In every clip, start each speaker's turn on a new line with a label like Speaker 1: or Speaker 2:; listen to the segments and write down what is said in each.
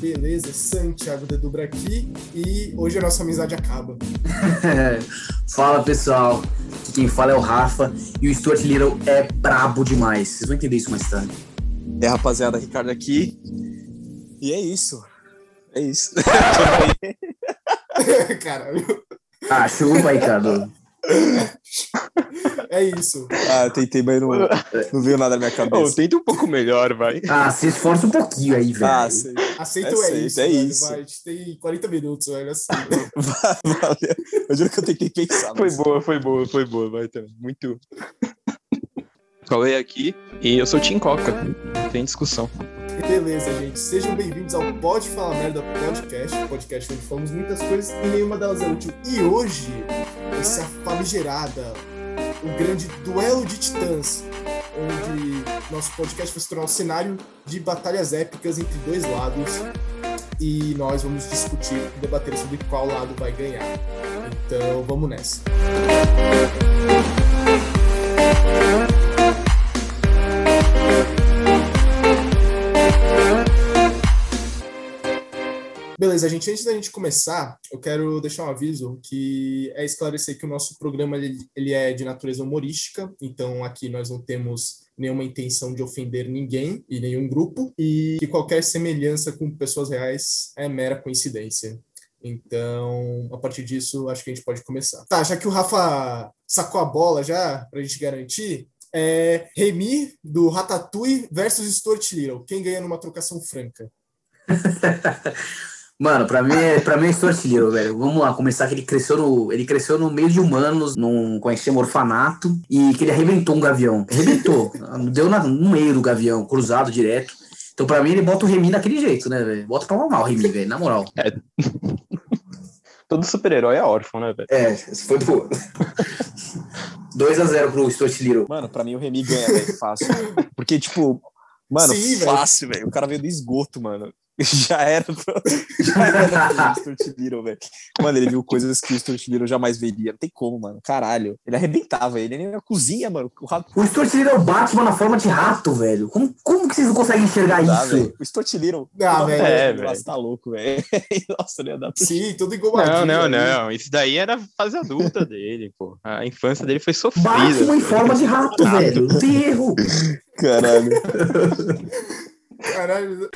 Speaker 1: beleza? é Santiago Dedubra aqui e hoje a nossa amizade acaba.
Speaker 2: fala pessoal, aqui quem fala é o Rafa e o Stuart Little é brabo demais. Vocês vão entender isso mais tarde.
Speaker 3: É rapaziada, Ricardo aqui. E é isso. É isso.
Speaker 1: Caralho,
Speaker 2: Ah, chupa aí, Ricardo.
Speaker 1: é isso.
Speaker 3: ah, eu tentei, mas não, não veio nada na minha
Speaker 4: Ô,
Speaker 3: cabeça.
Speaker 4: tenta um pouco melhor, vai.
Speaker 2: Ah, se esforça um pouquinho aí, velho.
Speaker 3: Ah, sei.
Speaker 1: Aceito
Speaker 3: É
Speaker 1: é,
Speaker 3: isso,
Speaker 1: isso.
Speaker 3: é
Speaker 1: velho,
Speaker 3: isso.
Speaker 1: Vai, a gente tem 40 minutos, velho. Assim.
Speaker 3: Valeu. Eu juro que eu tentei pensar.
Speaker 4: Foi
Speaker 3: mas-
Speaker 4: boa, foi boa, foi boa, vai então. Muito. Cauê é aqui e eu sou o Tim Coca. Não tem discussão.
Speaker 1: Beleza, gente. Sejam bem-vindos ao Pode Falar Merda Podcast, podcast onde falamos muitas coisas e nenhuma delas é útil. E hoje vai ser a famigerada, o grande duelo de titãs, onde nosso podcast vai se tornar um cenário de batalhas épicas entre dois lados e nós vamos discutir e debater sobre qual lado vai ganhar. Então vamos nessa. Beleza, gente. Antes da gente começar, eu quero deixar um aviso que é esclarecer que o nosso programa ele, ele é de natureza humorística, então aqui nós não temos nenhuma intenção de ofender ninguém e nenhum grupo, e que qualquer semelhança com pessoas reais é mera coincidência. Então, a partir disso, acho que a gente pode começar. Tá, já que o Rafa sacou a bola já, pra gente garantir, é Remy do Ratatouille versus Stuart Little. Quem ganha numa trocação franca?
Speaker 2: Mano, pra mim, é- pra mim é Stuart Little, velho. Vamos lá, começar que ele cresceu no, ele cresceu no meio de humanos, num, como é que chama, orfanato, e que ele arrebentou um gavião. Arrebentou, deu na- no meio do gavião, cruzado direto. Então, pra mim, ele bota o Remy daquele jeito, né, velho? Bota pra mamar o Remy, velho, na moral.
Speaker 4: Todo super-herói é órfão, né, velho?
Speaker 2: É, esse foi boa. 2x0 pro Stuart Little.
Speaker 3: Mano, pra mim o Remy ganha, velho, fácil. Porque, tipo, mano,
Speaker 1: Sim, velho.
Speaker 3: fácil, velho. O cara veio do esgoto, mano. Já era pra, já era
Speaker 2: Ah.
Speaker 3: pra o Stuart Little, velho. Mano, ele viu coisas que o Stuart Little jamais veria. Não tem como, mano. Caralho. Ele arrebentava, ele nem na cozinha, mano. O rato
Speaker 2: O Stuart Little é o Batman na forma de rato, velho. Como, como que vocês não conseguem enxergar
Speaker 3: dá,
Speaker 2: isso?
Speaker 3: velho. O Stuart Little.
Speaker 1: Ah, velho.
Speaker 4: É,
Speaker 3: Nossa,
Speaker 4: velho.
Speaker 3: tá louco, velho. Nossa, não ia dar pra
Speaker 1: Sim, tudo
Speaker 4: Não,
Speaker 1: engomadinho.
Speaker 4: não,
Speaker 1: ali.
Speaker 4: não. é Isso daí era a fase adulta dele, pô. A infância dele foi sofrida.
Speaker 2: Batman em forma de rato,
Speaker 4: Rato.
Speaker 2: velho. Não tem erro.
Speaker 3: caralho.
Speaker 1: Caralho,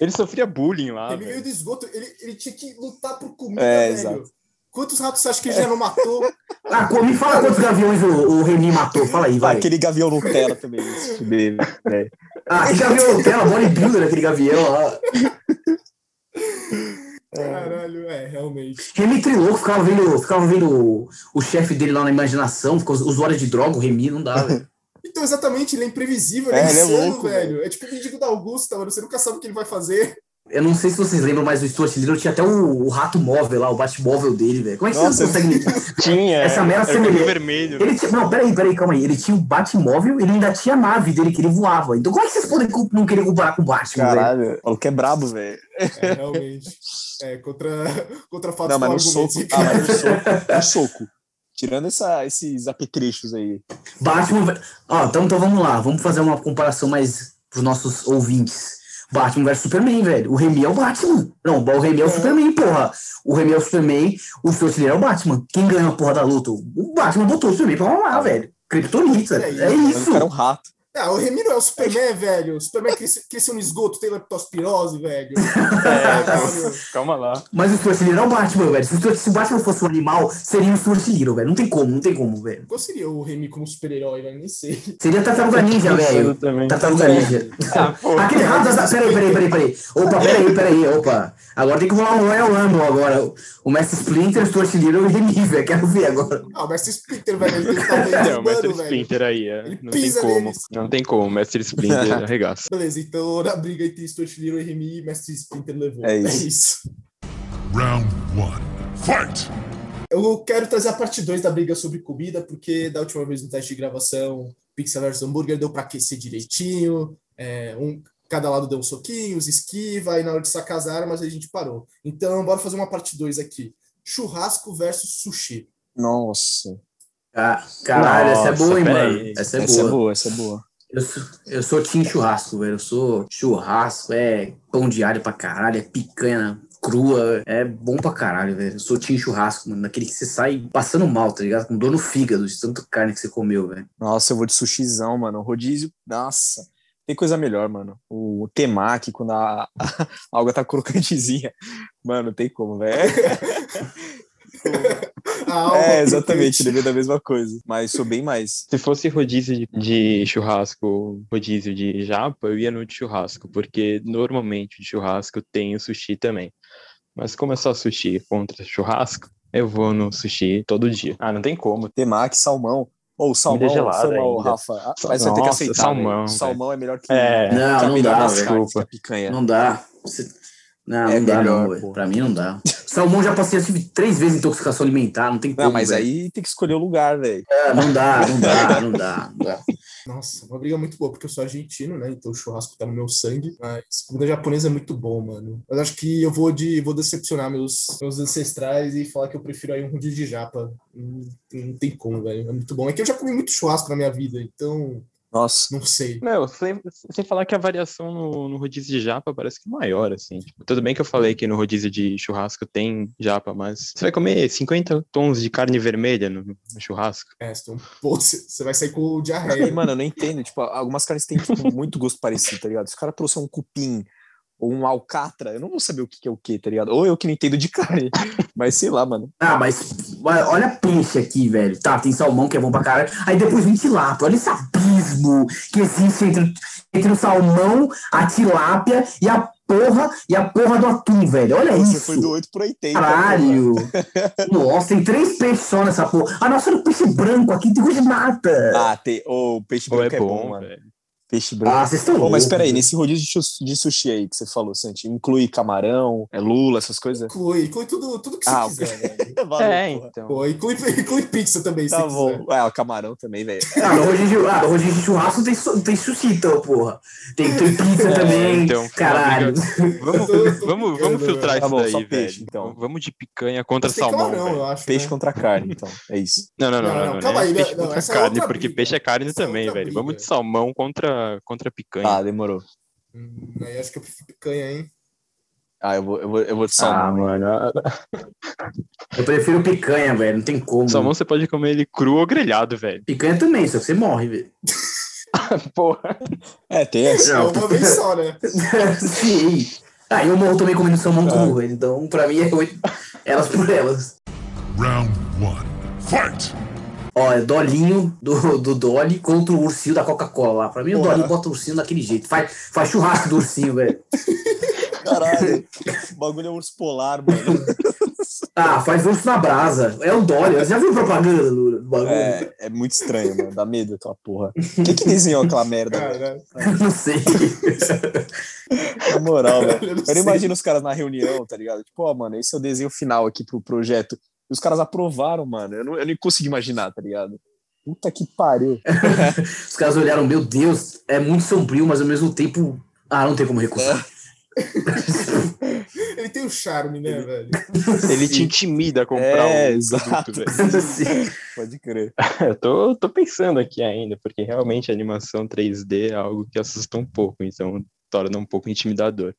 Speaker 4: Ele sofria bullying lá.
Speaker 1: ele veio
Speaker 4: Ah, velho.
Speaker 1: do esgoto, ele, ele tinha que lutar por comida,
Speaker 3: É,
Speaker 1: velho.
Speaker 3: exato. É.
Speaker 1: Quantos ratos você acha que ele já não matou?
Speaker 2: Ah, co- me fala quantos gaviões o, o Remy matou. Fala aí, vai.
Speaker 3: Aquele gavião Nutella também. esse fuder, velho.
Speaker 2: Ah, aquele gavião Nutella, bodybuilder, aquele gavião lá.
Speaker 1: Caralho, é, realmente.
Speaker 2: Remy Trilouco ficava vendo, ficava vendo o, o chefe dele lá na imaginação, ficou usuário de droga, o Remy, não dá, velho.
Speaker 1: Então, exatamente, ele é imprevisível,
Speaker 3: É,
Speaker 1: ele é
Speaker 3: ele é
Speaker 1: insano,
Speaker 3: louco,
Speaker 1: velho. É tipo o mendigo da Augusta, mano. Você nunca sabe o que ele vai fazer.
Speaker 2: Eu não sei se vocês lembram, mas o Stuart Little tinha até o, o rato móvel lá, o Batmóvel dele, velho. Como é que
Speaker 3: Nossa,
Speaker 2: vocês conseguem...
Speaker 4: Tinha.
Speaker 2: Essa mera
Speaker 4: era o cabelo
Speaker 2: semelhança.
Speaker 4: vermelho.
Speaker 2: Ele tinha, não, peraí, peraí, calma aí. Ele tinha o Batmóvel, ele ainda tinha a nave dele que ele voava. Então como é que vocês podem cu- não querer comparar com o Batman, velho?
Speaker 3: Caralho. O maluco é brabo, velho.
Speaker 1: É, realmente. É, contra, contra fatos
Speaker 3: Não, mas
Speaker 1: com
Speaker 3: no
Speaker 1: argumentos.
Speaker 3: soco. Ah, mas no soco. No soco. Tirando essa, esses apetrechos aí.
Speaker 2: Batman, ve- ó, então, então vamos lá, vamos fazer uma comparação mais pros nossos ouvintes. Batman versus Superman, velho. O Remy é o Batman. Não, o Remy é o Superman, porra. O Remy é o Superman, o seu auxiliar é o Batman. Quem ganha a porra da luta? O Batman botou o Superman pra mamar, velho. Kryptonita. É
Speaker 3: Mas o
Speaker 2: isso.
Speaker 3: cara é um rato.
Speaker 1: Ah, o Remy não é o Superman, velho. O Superman cresce- cresceu no esgoto, tem leptospirose, velho.
Speaker 4: É,
Speaker 1: Caralho.
Speaker 4: Calma lá.
Speaker 2: Mas o Stuart Little é o Batman, velho. Se o Stuart- se o Batman fosse um animal, seria o Stuart Little, velho. Não tem como, não tem como, velho.
Speaker 1: Qual seria o Remy como super-herói, velho? Nem sei.
Speaker 2: Seria Tartaruga Ninja, velho.
Speaker 4: também.
Speaker 2: Tartaruga Ninja.
Speaker 4: Tá, Ah, pô.
Speaker 2: Aquele rato da... tá, Peraí, peraí, peraí, peraí. Opa, peraí, peraí, opa. Agora tem que rolar um Royal Rumble agora. O Mestre Splinter, o Stuart Little e o Remy, velho. Quero ver agora.
Speaker 1: Ah, o Mestre Splinter, velho. Ele tem que estar
Speaker 4: É, o Mestre
Speaker 1: humano, velho.
Speaker 4: Splinter aí, é.
Speaker 1: Ele
Speaker 4: Não tem
Speaker 1: pisa
Speaker 4: como.
Speaker 1: neles.
Speaker 4: Não tem como, Mestre Splinter arregaça.
Speaker 1: Beleza, então na briga entre Stuart Little e Remy, Mestre Splinter levou.
Speaker 3: É isso.
Speaker 5: Round one. Fight!
Speaker 1: Eu quero trazer a parte 2 da briga sobre comida, porque da última vez no teste de gravação, Pixel vs Hambúrguer deu pra aquecer direitinho, é, um, cada lado deu uns soquinhos, esquiva, e na hora de sacar as armas a gente parou. Então, bora fazer uma parte 2 aqui. Churrasco versus sushi.
Speaker 3: Nossa.
Speaker 2: Ca- Caralho, essa é
Speaker 4: Nossa,
Speaker 2: boa, hein,
Speaker 4: peraí.
Speaker 2: mano. Essa é
Speaker 3: essa
Speaker 2: boa.
Speaker 3: é boa, essa é boa.
Speaker 2: Eu sou, eu sou Team Churrasco, velho. Eu sou churrasco, é pão de alho pra caralho, é picanha crua, é bom pra caralho, velho. Eu sou Team Churrasco, mano. Daquele que você sai passando mal, tá ligado? Com dor no fígado de tanto carne que você comeu, velho.
Speaker 3: Nossa, eu vou de sushizão, mano. Rodízio, nossa. Tem coisa melhor, mano. O temaki, quando a, a alga tá crocantezinha. Mano, tem como, velho.
Speaker 1: A alma
Speaker 3: É,
Speaker 1: do
Speaker 3: exatamente.
Speaker 1: peixe.
Speaker 3: Lembrei da mesma coisa. Mas sou bem mais.
Speaker 4: Se fosse rodízio de, de churrasco, rodízio de japa, eu ia no de churrasco, porque normalmente de churrasco tem o sushi também. Mas como é só sushi contra churrasco, eu vou no sushi todo dia. Ah, não tem como.
Speaker 3: Temaki, salmão. Ou salmão,
Speaker 4: Comida gelada
Speaker 3: salmão,
Speaker 4: ainda.
Speaker 3: Rafa. Ah, Mas vai ter que
Speaker 4: Nossa,
Speaker 3: aceitar.
Speaker 4: salmão,
Speaker 3: velho.
Speaker 4: velho.
Speaker 3: Salmão é melhor que.
Speaker 4: É,
Speaker 2: Não,
Speaker 3: que a
Speaker 2: não
Speaker 3: melhor
Speaker 2: dá,
Speaker 3: das
Speaker 2: velho.
Speaker 3: carnes, que a picanha.
Speaker 2: Não dá. Você- Não,
Speaker 3: É
Speaker 2: não dá,
Speaker 3: melhor,
Speaker 2: não, velho.
Speaker 3: pô.
Speaker 2: Pra mim não dá. Salmão já passei, eu tive três vezes intoxicação alimentar, não tem como.
Speaker 3: Não, mas
Speaker 2: velho.
Speaker 3: aí tem que escolher o lugar, velho.
Speaker 2: É, não dá, não dá, não dá, não dá.
Speaker 1: Nossa, uma briga muito boa, porque eu sou argentino, né? Então o churrasco tá no meu sangue. Mas comida japonesa é muito bom, mano. Mas acho que eu vou de vou decepcionar meus, meus ancestrais e falar que eu prefiro aí um rodízio de japa. Não, não tem como, velho. É muito bom. É que eu já comi muito churrasco na minha vida, então
Speaker 3: Nossa.
Speaker 1: não sei.
Speaker 4: Meu, sem, sem falar que a variação no, no rodízio de japa parece que é maior, assim. Tipo, tudo bem que eu falei que no rodízio de churrasco tem japa, mas você vai comer 50 tons de carne vermelha no, no churrasco?
Speaker 1: É, então, pô, você vai sair com
Speaker 3: E,
Speaker 1: diarreia.
Speaker 3: mano, eu não entendo. Tipo, algumas carnes têm tipo, muito gosto parecido, tá ligado? Se o cara trouxer um cupim ou um alcatra, eu não vou saber o que que é o que, tá ligado? Ou eu que não entendo de carne. Mas sei lá, mano.
Speaker 2: Ah, mas olha olha peixe aqui, velho. Tá, tem salmão que é bom pra caralho. Aí depois vem tilápia. Olha esse abismo que existe entre, entre o salmão, a tilápia e a porra e a porra do atum, velho. Olha
Speaker 3: Você
Speaker 2: isso.
Speaker 3: foi do 8 pro 80. né, mano?
Speaker 2: Caralho! Nossa, tem três peixes só nessa porra. Ah, nossa, olha o peixe branco aqui, tem coisa de nata.
Speaker 3: Ah, tem. Ô, o peixe
Speaker 4: Ou
Speaker 3: branco
Speaker 4: é,
Speaker 3: é, bom,
Speaker 4: bom,
Speaker 3: mano.
Speaker 4: velho?
Speaker 3: Peixe branco.
Speaker 2: Ah, vocês estão
Speaker 3: Pô, mas
Speaker 2: loucos.
Speaker 3: peraí, nesse rodízio de su- de sushi aí que você falou, Santi, inclui camarão, é lula, essas coisas?
Speaker 1: Inclui, inclui tudo, tudo que você
Speaker 3: Ah,
Speaker 1: quiser, velho.
Speaker 3: Valeu,
Speaker 4: é,
Speaker 3: porra.
Speaker 4: então.
Speaker 1: Pô, inclui, inclui pizza também, se
Speaker 3: Tá
Speaker 1: quiser.
Speaker 3: bom. É, o camarão também, velho.
Speaker 2: Ah, no rodízio, ah, no rodízio de churrasco tem, su- tem sushi, então, porra. Tem, tem pizza também.
Speaker 4: então,
Speaker 2: Caralho.
Speaker 1: Eu
Speaker 4: Vamos,
Speaker 1: tô- eu tô
Speaker 4: vamos,
Speaker 1: brincando,
Speaker 4: vamos
Speaker 1: velho.
Speaker 3: Tá
Speaker 4: filtrar isso
Speaker 3: bom,
Speaker 4: daí,
Speaker 3: só
Speaker 4: velho.
Speaker 3: peixe, então.
Speaker 4: Vamos de picanha contra
Speaker 1: Mas tem
Speaker 4: salmão,
Speaker 1: camarão,
Speaker 4: velho.
Speaker 1: eu acho.
Speaker 3: Peixe
Speaker 1: né?
Speaker 3: contra carne, então. É isso.
Speaker 4: Não, não, não,
Speaker 1: Não,
Speaker 4: não,
Speaker 1: não,
Speaker 4: não,
Speaker 1: calma
Speaker 4: não é
Speaker 1: aí,
Speaker 4: peixe
Speaker 1: não,
Speaker 4: contra
Speaker 1: essa é
Speaker 4: carne,
Speaker 1: outra
Speaker 4: porque
Speaker 1: briga.
Speaker 4: peixe é carne
Speaker 1: Essa é
Speaker 4: também,
Speaker 1: outra
Speaker 4: velho. Vamos
Speaker 1: briga.
Speaker 4: de salmão contra, contra picanha.
Speaker 3: Ah, demorou.
Speaker 1: Hum, aí acho que eu prefiro picanha, hein?
Speaker 3: Ah, eu vou, eu vou, eu vou de
Speaker 2: Ah,
Speaker 3: salmão.
Speaker 4: mano.
Speaker 2: Eu prefiro picanha, velho. Não tem como.
Speaker 4: Salmão você pode comer ele cru ou grelhado, velho.
Speaker 2: Picanha também, só que você morre, velho.
Speaker 4: Porra.
Speaker 3: é, tem essa.
Speaker 1: É
Speaker 2: Não,
Speaker 1: uma vez só, né?
Speaker 2: Sim. Ah, eu morro também comendo salmão
Speaker 3: Ah.
Speaker 2: cru, velho. Então, pra mim, é oito- elas por elas.
Speaker 5: Round one. Fight!
Speaker 2: Ó, é Dolinho do, do Dolly contra o ursinho da Coca-Cola lá. Pra mim, o
Speaker 3: Porra.
Speaker 2: Dolinho bota o ursinho daquele jeito. Faz, faz churrasco do ursinho, velho.
Speaker 3: Caralho. O bagulho é urso polar, mano.
Speaker 2: Ah, faz urso na brasa. É o Dolly. Você já viu propaganda do, do bagulho?
Speaker 3: É, é muito estranho, mano. Dá medo aquela porra. Quem que desenhou aquela merda? velho?
Speaker 1: Cara,
Speaker 2: Não sei.
Speaker 3: Na moral, velho.
Speaker 1: eu não
Speaker 3: É. Eu
Speaker 1: sei.
Speaker 3: não imagino os caras na reunião, tá ligado? Tipo, ó, mano, esse é o desenho final aqui pro projeto. E os caras aprovaram, mano. Eu não, eu nem consigo imaginar, tá ligado? Puta que pariu.
Speaker 2: Os caras olharam, meu Deus, é muito sombrio, mas ao mesmo tempo. Ah, não tem como recusar.
Speaker 1: Ele tem o charme, né, velho?
Speaker 4: Ele te
Speaker 2: Sim.
Speaker 4: intimida a comprar
Speaker 3: É,
Speaker 4: o
Speaker 3: exato.
Speaker 4: produto, velho.
Speaker 2: Sim.
Speaker 3: Pode crer.
Speaker 4: É, Eu tô, tô pensando aqui ainda, porque realmente a animação 3D é algo que assusta um pouco, então torna um pouco intimidador.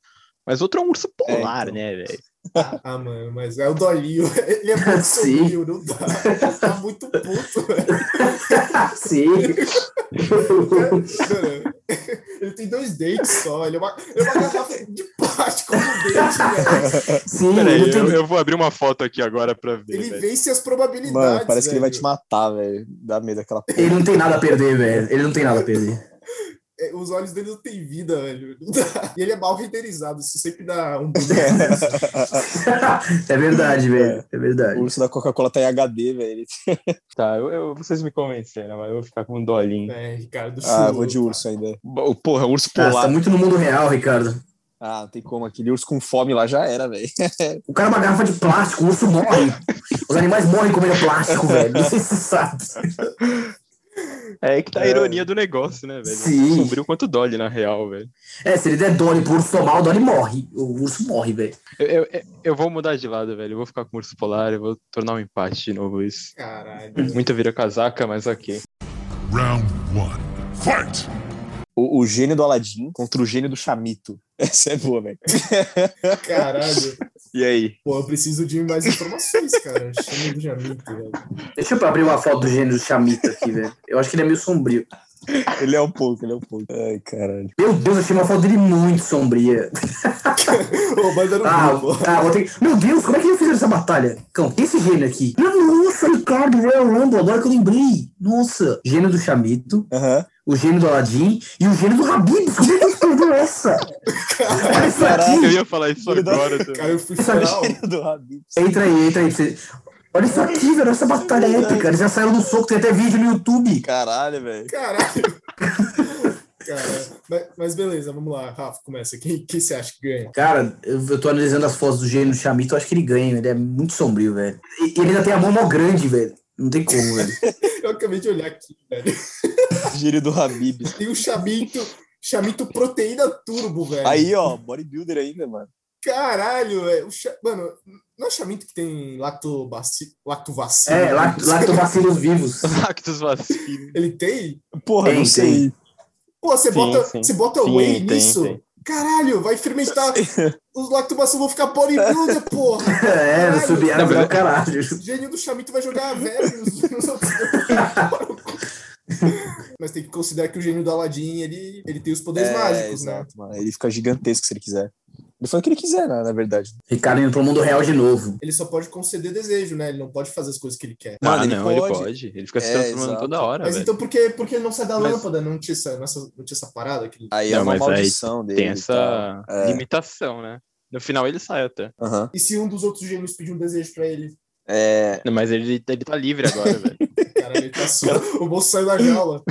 Speaker 4: Mas outro é um urso polar,
Speaker 3: então.
Speaker 4: né, velho?
Speaker 1: Ah, mano, mas é o Dolinho. Ele é muito
Speaker 2: Sim.
Speaker 1: sombrio, não dá. Ele Tá muito puto, velho.
Speaker 2: Sim.
Speaker 1: Mano, Ele tem dois dentes só. Ele é uma, ele é uma garrafa de plástico com um dente, velho.
Speaker 2: Sim,
Speaker 4: Peraí,
Speaker 2: não tem-
Speaker 4: eu, eu vou abrir uma foto aqui agora pra ver,
Speaker 1: Hum. Ele
Speaker 4: velho.
Speaker 1: vence as probabilidades.
Speaker 3: Mano, parece que ele vai
Speaker 1: velho.
Speaker 3: te matar, velho. Dá medo aquela porra.
Speaker 2: Ele não tem nada a perder, velho. Ele não tem nada a perder.
Speaker 1: É, Os olhos dele não têm vida, velho. Não dá. E ele é mal renderizado. Isso sempre dá um
Speaker 2: É verdade, velho. É
Speaker 3: O
Speaker 2: verdade.
Speaker 3: urso da Coca-Cola tá em HD, velho.
Speaker 4: Tá, eu, eu- vocês me convenceram, mas eu vou ficar com um dolinho.
Speaker 1: É, Ricardo.
Speaker 3: Ah,
Speaker 1: chulo.
Speaker 3: eu vou de urso ainda. Bo- Porra, urso
Speaker 2: Ah, você tá
Speaker 3: polar.
Speaker 2: muito no mundo real, Ricardo.
Speaker 3: Ah, não tem como. Aquele urso com fome lá já era, velho.
Speaker 2: O cara é uma garrafa de plástico, o urso morre. Os animais morrem comendo plástico, velho. Não sei se você sabe.
Speaker 4: É aí que tá a
Speaker 3: É.
Speaker 4: ironia do negócio, né, velho?
Speaker 2: Sim.
Speaker 4: Sombrio quanto dole, na real, velho.
Speaker 2: É, se ele der Dolly pro urso tomar, o Dolly morre. O urso morre, velho.
Speaker 4: Eu, eu, eu- eu vou mudar de lado, velho. Eu vou ficar com o urso polar, eu vou tornar um empate de novo isso.
Speaker 1: Caralho.
Speaker 4: Muita vira casaca, mas ok.
Speaker 5: Round one. Fight!
Speaker 3: O, o gênio do Aladim contra o gênio do Chamito. Essa é boa, velho.
Speaker 1: Caralho.
Speaker 4: E aí?
Speaker 1: Pô, eu preciso de mais informações, cara. Chama de Jamito, velho.
Speaker 2: Deixa eu abrir uma foto do gênio do Chamito aqui, velho. Eu acho que ele é meio sombrio.
Speaker 3: Ele é um pouco, ele é um pouco. Ai, caralho.
Speaker 2: Meu Deus, eu achei uma foto dele muito sombria.
Speaker 1: Ô, manda no
Speaker 2: Ah,
Speaker 1: grupo.
Speaker 2: ah, vou ter que- Meu Deus, como é que eles fizeram essa batalha? Cão, tem esse gênio aqui. Nossa, Ricardo, Royal Rumble, agora que eu lembrei. Nossa. Gênio do Chamito,
Speaker 3: Aham.
Speaker 2: o gênio do Aladdin e o gênio do Habib. Como é que eles perderam essa? Essa
Speaker 3: Caralho.
Speaker 2: aqui.
Speaker 4: Eu ia falar isso agora também.
Speaker 1: Cara, eu fui
Speaker 2: Sabe-
Speaker 1: final.
Speaker 3: Gênio do Habib.
Speaker 2: Entra aí, entra aí. pra você- Olha isso aqui, velho. Essa batalha épica. Eles já saíram do soco, tem até vídeo no YouTube.
Speaker 3: Caralho, velho.
Speaker 1: Caralho. Cara, mas, mas beleza, vamos lá. Rafa, começa. Quem, quem você acha que ganha?
Speaker 2: Cara, eu eu tô analisando as fotos do gênio do Chamito, eu acho que ele ganha, ele é muito sombrio, velho. E ele ainda tem a mão mó grande, velho. Não tem como, velho.
Speaker 1: Eu acabei de olhar aqui, velho.
Speaker 3: Gênio do Habib.
Speaker 1: Tem o Chamito, Chamito Proteína Turbo, velho.
Speaker 3: Aí, ó, bodybuilder ainda, mano.
Speaker 1: Caralho, velho. O cha- Mano, não é o Chamito que tem lactobaci... lactovacina?
Speaker 2: É, lá, É, lá tô vacilos vivos.
Speaker 4: Lactos vacilo.
Speaker 1: né? Ele tem?
Speaker 3: Porra,
Speaker 2: Tem,
Speaker 3: não sei.
Speaker 1: Pô, você
Speaker 4: Sim,
Speaker 1: bota,
Speaker 4: sim.
Speaker 1: Você bota
Speaker 4: Sim,
Speaker 1: whey
Speaker 4: tem,
Speaker 1: nisso?
Speaker 4: tem.
Speaker 1: Caralho, vai fermentar. Os lactobacilos vão ficar bodybuilder, porra.
Speaker 2: É, vai subir
Speaker 4: Não,
Speaker 2: árvore
Speaker 4: mas-
Speaker 2: do caralho.
Speaker 1: O gênio do Chamito vai jogar a velha nos, nos outros. Mas tem que considerar que o gênio do Aladdin, ele, ele tem os poderes
Speaker 3: É,
Speaker 1: mágicos, né?
Speaker 3: exato, mano. Ele fica gigantesco se ele quiser. Ele faz o que ele quiser, né, na verdade.
Speaker 2: Ricardo indo pro mundo real de novo.
Speaker 1: Ele só pode conceder desejo, né? Ele não pode fazer as coisas que ele quer.
Speaker 4: Ah,
Speaker 3: Mano, ele
Speaker 4: não, ele
Speaker 3: pode.
Speaker 4: pode. Ele fica se
Speaker 3: É,
Speaker 4: transformando
Speaker 3: exato.
Speaker 4: toda hora,
Speaker 1: Mas
Speaker 4: Ah, velho.
Speaker 1: então por que, por que ele não sai da
Speaker 4: Mas-
Speaker 1: lâmpada? Não tinha essa, não essa- não tinha essa parada? Que ele...
Speaker 3: Aí é
Speaker 4: Não,
Speaker 3: uma
Speaker 4: mas aí
Speaker 3: maldição dele.
Speaker 4: Tem
Speaker 3: e
Speaker 4: essa
Speaker 3: tal. É.
Speaker 4: limitação, né? No final ele sai até.
Speaker 3: Aham.
Speaker 1: E se um dos outros gênios pedir um desejo pra ele?
Speaker 3: É,
Speaker 4: Não, mas ele, ele tá livre agora, velho.
Speaker 1: Caralho, ele tá solto. O moço saiu da jaula.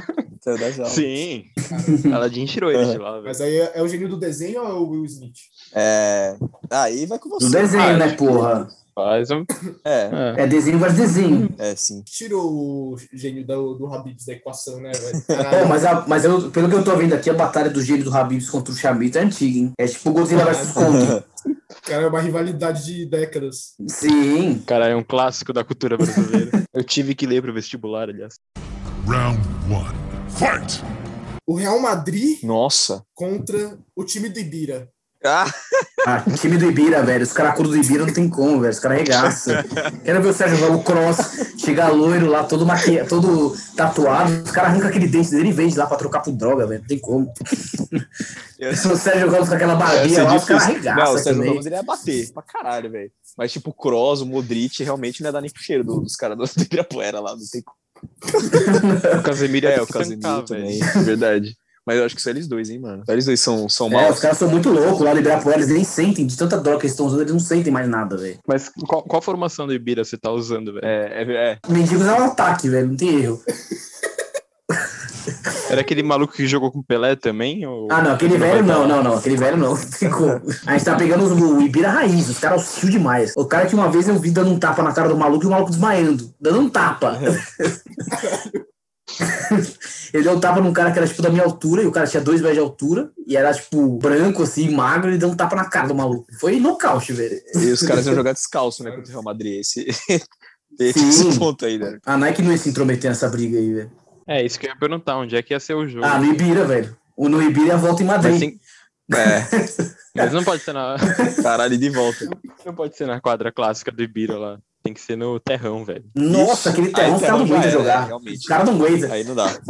Speaker 3: tá da jaula.
Speaker 4: Sim. Então, Aladdin tirou ele de lá, velho.
Speaker 1: Mas aí é, é o gênio do desenho ou é o Will Smith?
Speaker 3: É, aí vai com você.
Speaker 2: Do desenho,
Speaker 4: Ah,
Speaker 2: né,
Speaker 4: acho que-
Speaker 2: porra?
Speaker 4: Faz um...
Speaker 3: É,
Speaker 4: é.
Speaker 2: É desenho versus
Speaker 4: Hum.
Speaker 2: desenho.
Speaker 3: é sim.
Speaker 1: Tirou o gênio do, do Habibs da equação, né, velho?
Speaker 2: É,
Speaker 1: Caralho.
Speaker 2: mas, a- mas eu, pelo que eu tô vendo aqui, a batalha do gênio do Habibs contra o Chamito é antiga, hein? É tipo Godzilla versus Kong.
Speaker 1: Cara, é uma rivalidade de décadas.
Speaker 2: Sim.
Speaker 4: Cara, é um clássico da cultura brasileira. Eu tive que ler pro vestibular, aliás.
Speaker 5: Round one. Fight!
Speaker 1: O Real Madrid
Speaker 3: Nossa.
Speaker 1: contra o time do Ibira.
Speaker 3: Ah,
Speaker 2: Ah, time do Ibira, velho. Os caras do Ibira não tem como, velho. Os caras arregaçam. Quero ver o Sérgio jogar o cross, chegar loiro lá, todo maquia, todo tatuado. Os caras arrancam aquele dente dele e vende lá pra trocar por droga, velho. Não tem como.
Speaker 3: Eu-
Speaker 2: Se o Sérgio Ramos com aquela barbinha
Speaker 3: Ia
Speaker 2: lá,
Speaker 3: ser
Speaker 2: os caras
Speaker 3: difícil. Não, o
Speaker 2: arregaçam
Speaker 3: Sérgio
Speaker 2: também.
Speaker 3: Ramos é ele ia bater pra caralho, velho. Mas tipo, o Kroos, o Modric, realmente não ia dar nem pro cheiro do- dos caras do Ibirapuera lá. Não tem como.
Speaker 4: O Casemiro
Speaker 3: É,
Speaker 4: ia
Speaker 3: o
Speaker 4: ter que tancar,
Speaker 3: Casemiro também.
Speaker 4: velho.
Speaker 3: Verdade. Mas eu acho que só eles dois, hein, mano. Só eles dois são, são
Speaker 2: É, os
Speaker 3: maus.
Speaker 2: caras são muito loucos lá no Ibirapuera, eles nem sentem. De tanta droga que eles estão usando, eles não sentem mais nada, velho.
Speaker 4: Mas qual, qual formação do Ibira você tá usando, velho?
Speaker 3: É, é, é.
Speaker 2: Mendigos é um ataque, velho. Não tem erro.
Speaker 4: Era aquele maluco que jogou com o Pelé também? Ou...
Speaker 2: Ah, não. Aquele velho não, não, não. Aquele velho não. Não tem como. A gente tá pegando os, o Ibira raiz. Os caras hostil demais. O cara que uma vez eu vi dando um tapa na cara do maluco e o maluco desmaiando. Dando um tapa. Ele deu um tapa num cara que era, tipo, da minha altura, e o cara tinha dois metros de altura, e era, tipo, branco, assim, magro, e deu um tapa na cara do maluco. Foi nocaute, velho.
Speaker 3: E os caras iam jogar descalço, né, contra o Real Madrid. Esse, esse
Speaker 2: Sim.
Speaker 3: ponto aí, né?
Speaker 2: A Nike Ah, não ia se intrometer nessa briga aí, velho.
Speaker 4: É, isso que eu ia perguntar. Onde é que ia ser o jogo?
Speaker 2: Ah, no Ibira, velho. O no Ibira é a volta em Madrid.
Speaker 4: mas, tem-
Speaker 3: É,
Speaker 4: mas não pode ser na...
Speaker 3: caralho, de volta.
Speaker 4: Não pode ser na quadra clássica do Ibira lá. Tem que ser no terrão, velho.
Speaker 2: Nossa, aquele
Speaker 3: Aí
Speaker 2: terrão os caras não
Speaker 3: já
Speaker 2: aguentam
Speaker 3: era,
Speaker 2: jogar.
Speaker 3: Realmente.
Speaker 2: Os caras não aguentam.
Speaker 3: Aí não dá.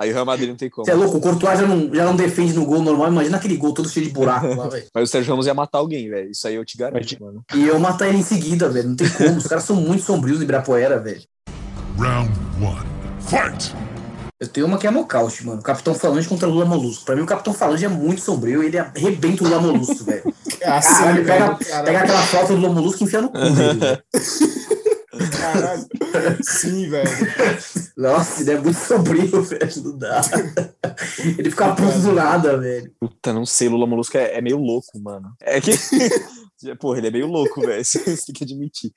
Speaker 3: Aí o Real Madrid não tem como.
Speaker 2: Você é louco, o Courtois já não, já não defende no gol normal. Imagina aquele gol todo cheio de buraco lá, velho.
Speaker 3: Mas o Sérgio Ramos ia matar alguém, velho. Isso aí eu te garanto,
Speaker 4: Mas-
Speaker 3: mano.
Speaker 2: E eu matar ele em seguida, velho. Não tem como. Os caras são muito sombrios no Ibirapuera, velho.
Speaker 5: Round one. Fight!
Speaker 2: Eu tenho uma que é nocaute, mano. Capitão Falange contra Lula Molusco. Pra mim, o Capitão Falange é muito sombrio. Ele arrebenta o Lula Molusco, velho. Caralho, pega, pega aquela foto do Lula Molusco e enfia no cu dele, velho.
Speaker 1: Caralho. Sim, velho.
Speaker 2: Nossa, ele é muito sombrio, velho. Não dá. Ele fica puto do nada, velho.
Speaker 3: Puta, não sei, Lula Molusco é, é meio louco, mano. É que. Porra, ele é meio louco, velho. Você tem que admitir.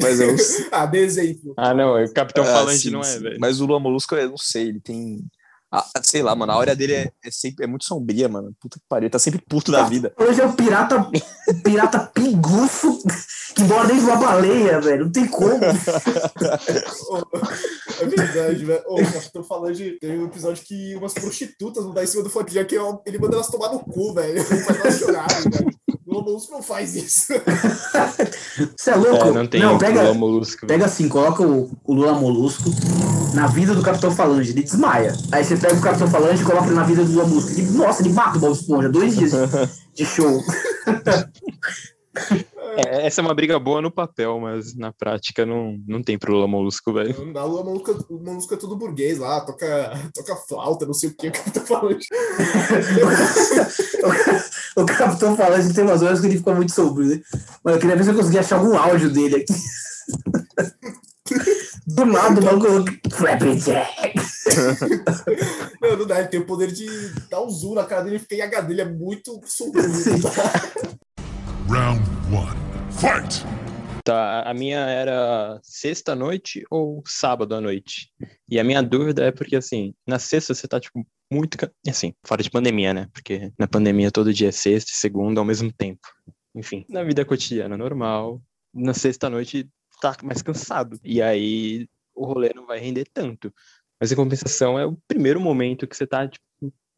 Speaker 3: Mas eu não sei.
Speaker 1: Ah, dê exemplo.
Speaker 4: Ah, não. O Capitão
Speaker 3: Ah,
Speaker 4: Falante
Speaker 3: sim,
Speaker 4: não é,
Speaker 3: sim.
Speaker 4: velho.
Speaker 3: Mas o Lula Molusco, eu não sei, ele tem. Ah, sei lá, mano. A hora dele é, é sempre, é muito sombria, mano. Puta que pariu, ele tá sempre puto da vida.
Speaker 2: Hoje é o pirata, o pirata pinguço que mora dentro de uma baleia, velho. Não tem como.
Speaker 1: Ô, É verdade, velho. Ô, cara, tô falando de. Teve um episódio que umas prostitutas não dá em cima do Flapjack e eu- um, ele manda elas tomar no cu, velho. Faz elas chorarem, velho. O Lobos não faz isso.
Speaker 2: Você é louco?
Speaker 4: É, não tem
Speaker 2: pega,
Speaker 4: Lula Molusco.
Speaker 2: pega assim, coloca o, o Lula Molusco na vida do Capitão Falange, ele desmaia. Aí você pega o Capitão Falange e coloca ele na vida do Lula Molusco. Ele, nossa, ele mata o Bob Esponja, dois dias de show.
Speaker 4: É, essa é uma briga boa no papel, mas na prática não, não tem pro Lula Molusco, velho.
Speaker 1: Não dá, o Molusco, o Molusco é tudo burguês lá, toca, toca flauta, não sei o tá que, o Capitão Falange.
Speaker 2: O Capitão Falange tem umas horas que ele fica muito sombrio, né? Mas eu queria ver se eu conseguia achar algum áudio dele aqui. Do nada, o maluco. Flapjack.
Speaker 1: Não, não dá, ele tem o poder de dar um zoom na cara dele e ficar em HD, ele é muito tá? sombrio.
Speaker 2: Sim.
Speaker 5: Round one. Fight!
Speaker 4: Tá, a minha era sexta à noite ou sábado à noite? E a minha dúvida é porque, assim, na sexta você tá, tipo, muito. ca- Assim, fora de pandemia, né? Porque na pandemia todo dia é sexta e segunda ao mesmo tempo. Enfim, na vida cotidiana normal, na sexta à noite tá mais cansado. E aí o rolê não vai render tanto. Mas em compensação é o primeiro momento que você tá, tipo,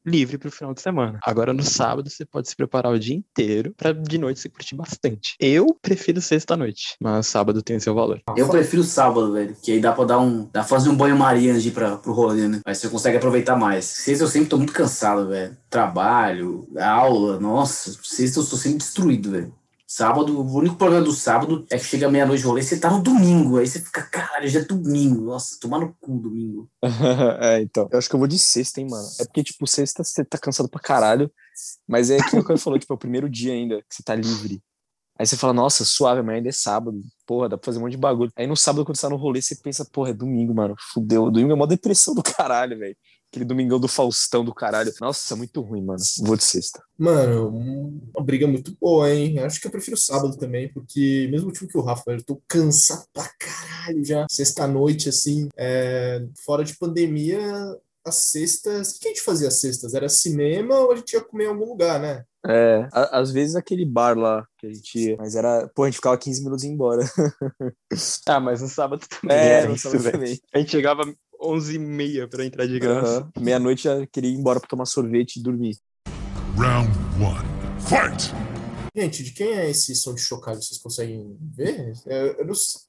Speaker 4: livre pro final de semana. Agora no sábado você pode se preparar o dia inteiro pra de noite você curtir bastante. Eu prefiro sexta à noite, mas sábado tem seu valor.
Speaker 2: Eu prefiro sábado, velho. Que aí dá pra dar um. Dá pra fazer um banho-maria antes de ir pra, pro rolê, né? Aí você consegue aproveitar mais. Sexta eu sempre tô muito cansado, velho. Trabalho, aula, nossa. Sexta eu sou sempre destruído, velho. Sábado, o único problema do sábado é que chega meia-noite de rolê, você tá no domingo. Aí você fica, caralho, já é domingo. Nossa, tomar no cu domingo.
Speaker 3: é, então. Eu acho que eu vou de sexta, hein, mano. É porque, tipo, sexta você tá cansado pra caralho. Mas é aquilo que eu falou, tipo, é o primeiro dia ainda que você tá livre. Aí você fala, nossa, suave, amanhã ainda é sábado. Porra, dá pra fazer um monte de bagulho. Aí no sábado, quando você tá no rolê, você pensa, porra, é domingo, mano. Fudeu. Domingo é uma depressão do caralho, velho. Aquele domingão do Faustão do caralho. Nossa, muito ruim, mano. Vou de sexta.
Speaker 1: Mano, uma briga muito boa, hein? Acho que eu prefiro sábado também, porque mesmo motivo que o Rafa, velho, eu tô cansado pra caralho já. Sexta-noite, assim, é, fora de pandemia, as sextas. O que a gente fazia às sextas? Era cinema ou a gente ia comer em algum lugar, né?
Speaker 3: É, a- às vezes aquele bar lá que a gente ia. Mas era. Pô, a gente ficava 15 minutos e ia embora.
Speaker 4: Ah, mas no sábado também.
Speaker 3: É,
Speaker 4: É,
Speaker 3: no
Speaker 4: isso,
Speaker 3: sábado
Speaker 4: velho.
Speaker 3: também.
Speaker 4: A gente chegava 11h30 pra entrar de graça.
Speaker 3: Aham. Meia-noite já queria ir embora pra tomar sorvete e dormir.
Speaker 5: Round one. Fight!
Speaker 1: Gente, de quem é esse som de chocalho? Vocês conseguem ver? É, Eu não sei.